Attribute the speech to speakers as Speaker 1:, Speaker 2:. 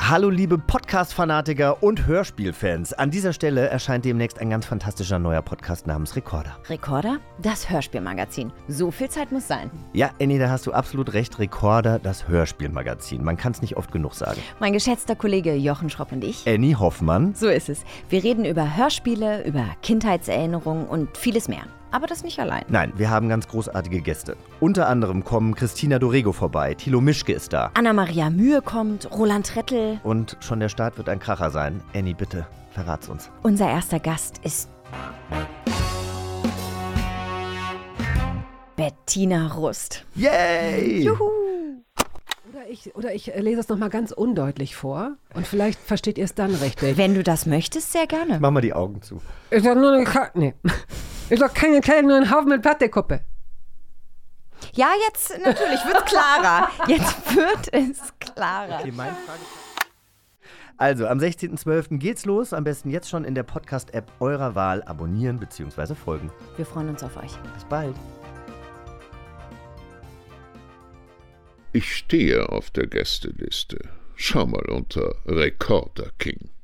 Speaker 1: Hallo liebe Podcast-Fanatiker und Hörspielfans. An dieser Stelle erscheint demnächst ein ganz fantastischer neuer Podcast namens Recorder.
Speaker 2: Rekorder? Das Hörspielmagazin. So viel Zeit muss sein.
Speaker 1: Ja, Annie, da hast du absolut recht. Recorder, das Hörspielmagazin. Man kann es nicht oft genug sagen.
Speaker 2: Mein geschätzter Kollege Jochen Schropp und ich.
Speaker 1: Annie Hoffmann.
Speaker 2: So ist es. Wir reden über Hörspiele, über Kindheitserinnerungen und vieles mehr. Aber das nicht allein.
Speaker 1: Nein, wir haben ganz großartige Gäste. Unter anderem kommen Christina Dorego vorbei, Thilo Mischke ist da.
Speaker 2: Anna-Maria Mühe kommt, Roland Trettel.
Speaker 1: Und schon der Start wird ein Kracher sein. Annie, bitte, verrat's uns.
Speaker 2: Unser erster Gast ist Bettina Rust.
Speaker 1: Yay!
Speaker 2: Juhu!
Speaker 3: Oder ich, oder ich äh, lese es nochmal ganz undeutlich vor und vielleicht versteht ihr es dann richtig.
Speaker 2: Wenn du das möchtest, sehr gerne.
Speaker 1: Mach mal die Augen zu.
Speaker 3: Ist doch nur eine Ka nee. Ist doch keine kleine, nur ein Haufen mit Plattekuppe.
Speaker 2: Ja, jetzt natürlich wird's klarer. Jetzt wird es klarer.
Speaker 1: Also, am 16.12. geht's los. Am besten jetzt schon in der Podcast-App eurer Wahl abonnieren bzw. folgen.
Speaker 2: Wir freuen uns auf euch.
Speaker 1: Bis bald.
Speaker 4: Ich stehe auf der Gästeliste. Schau mal unter Recorder King.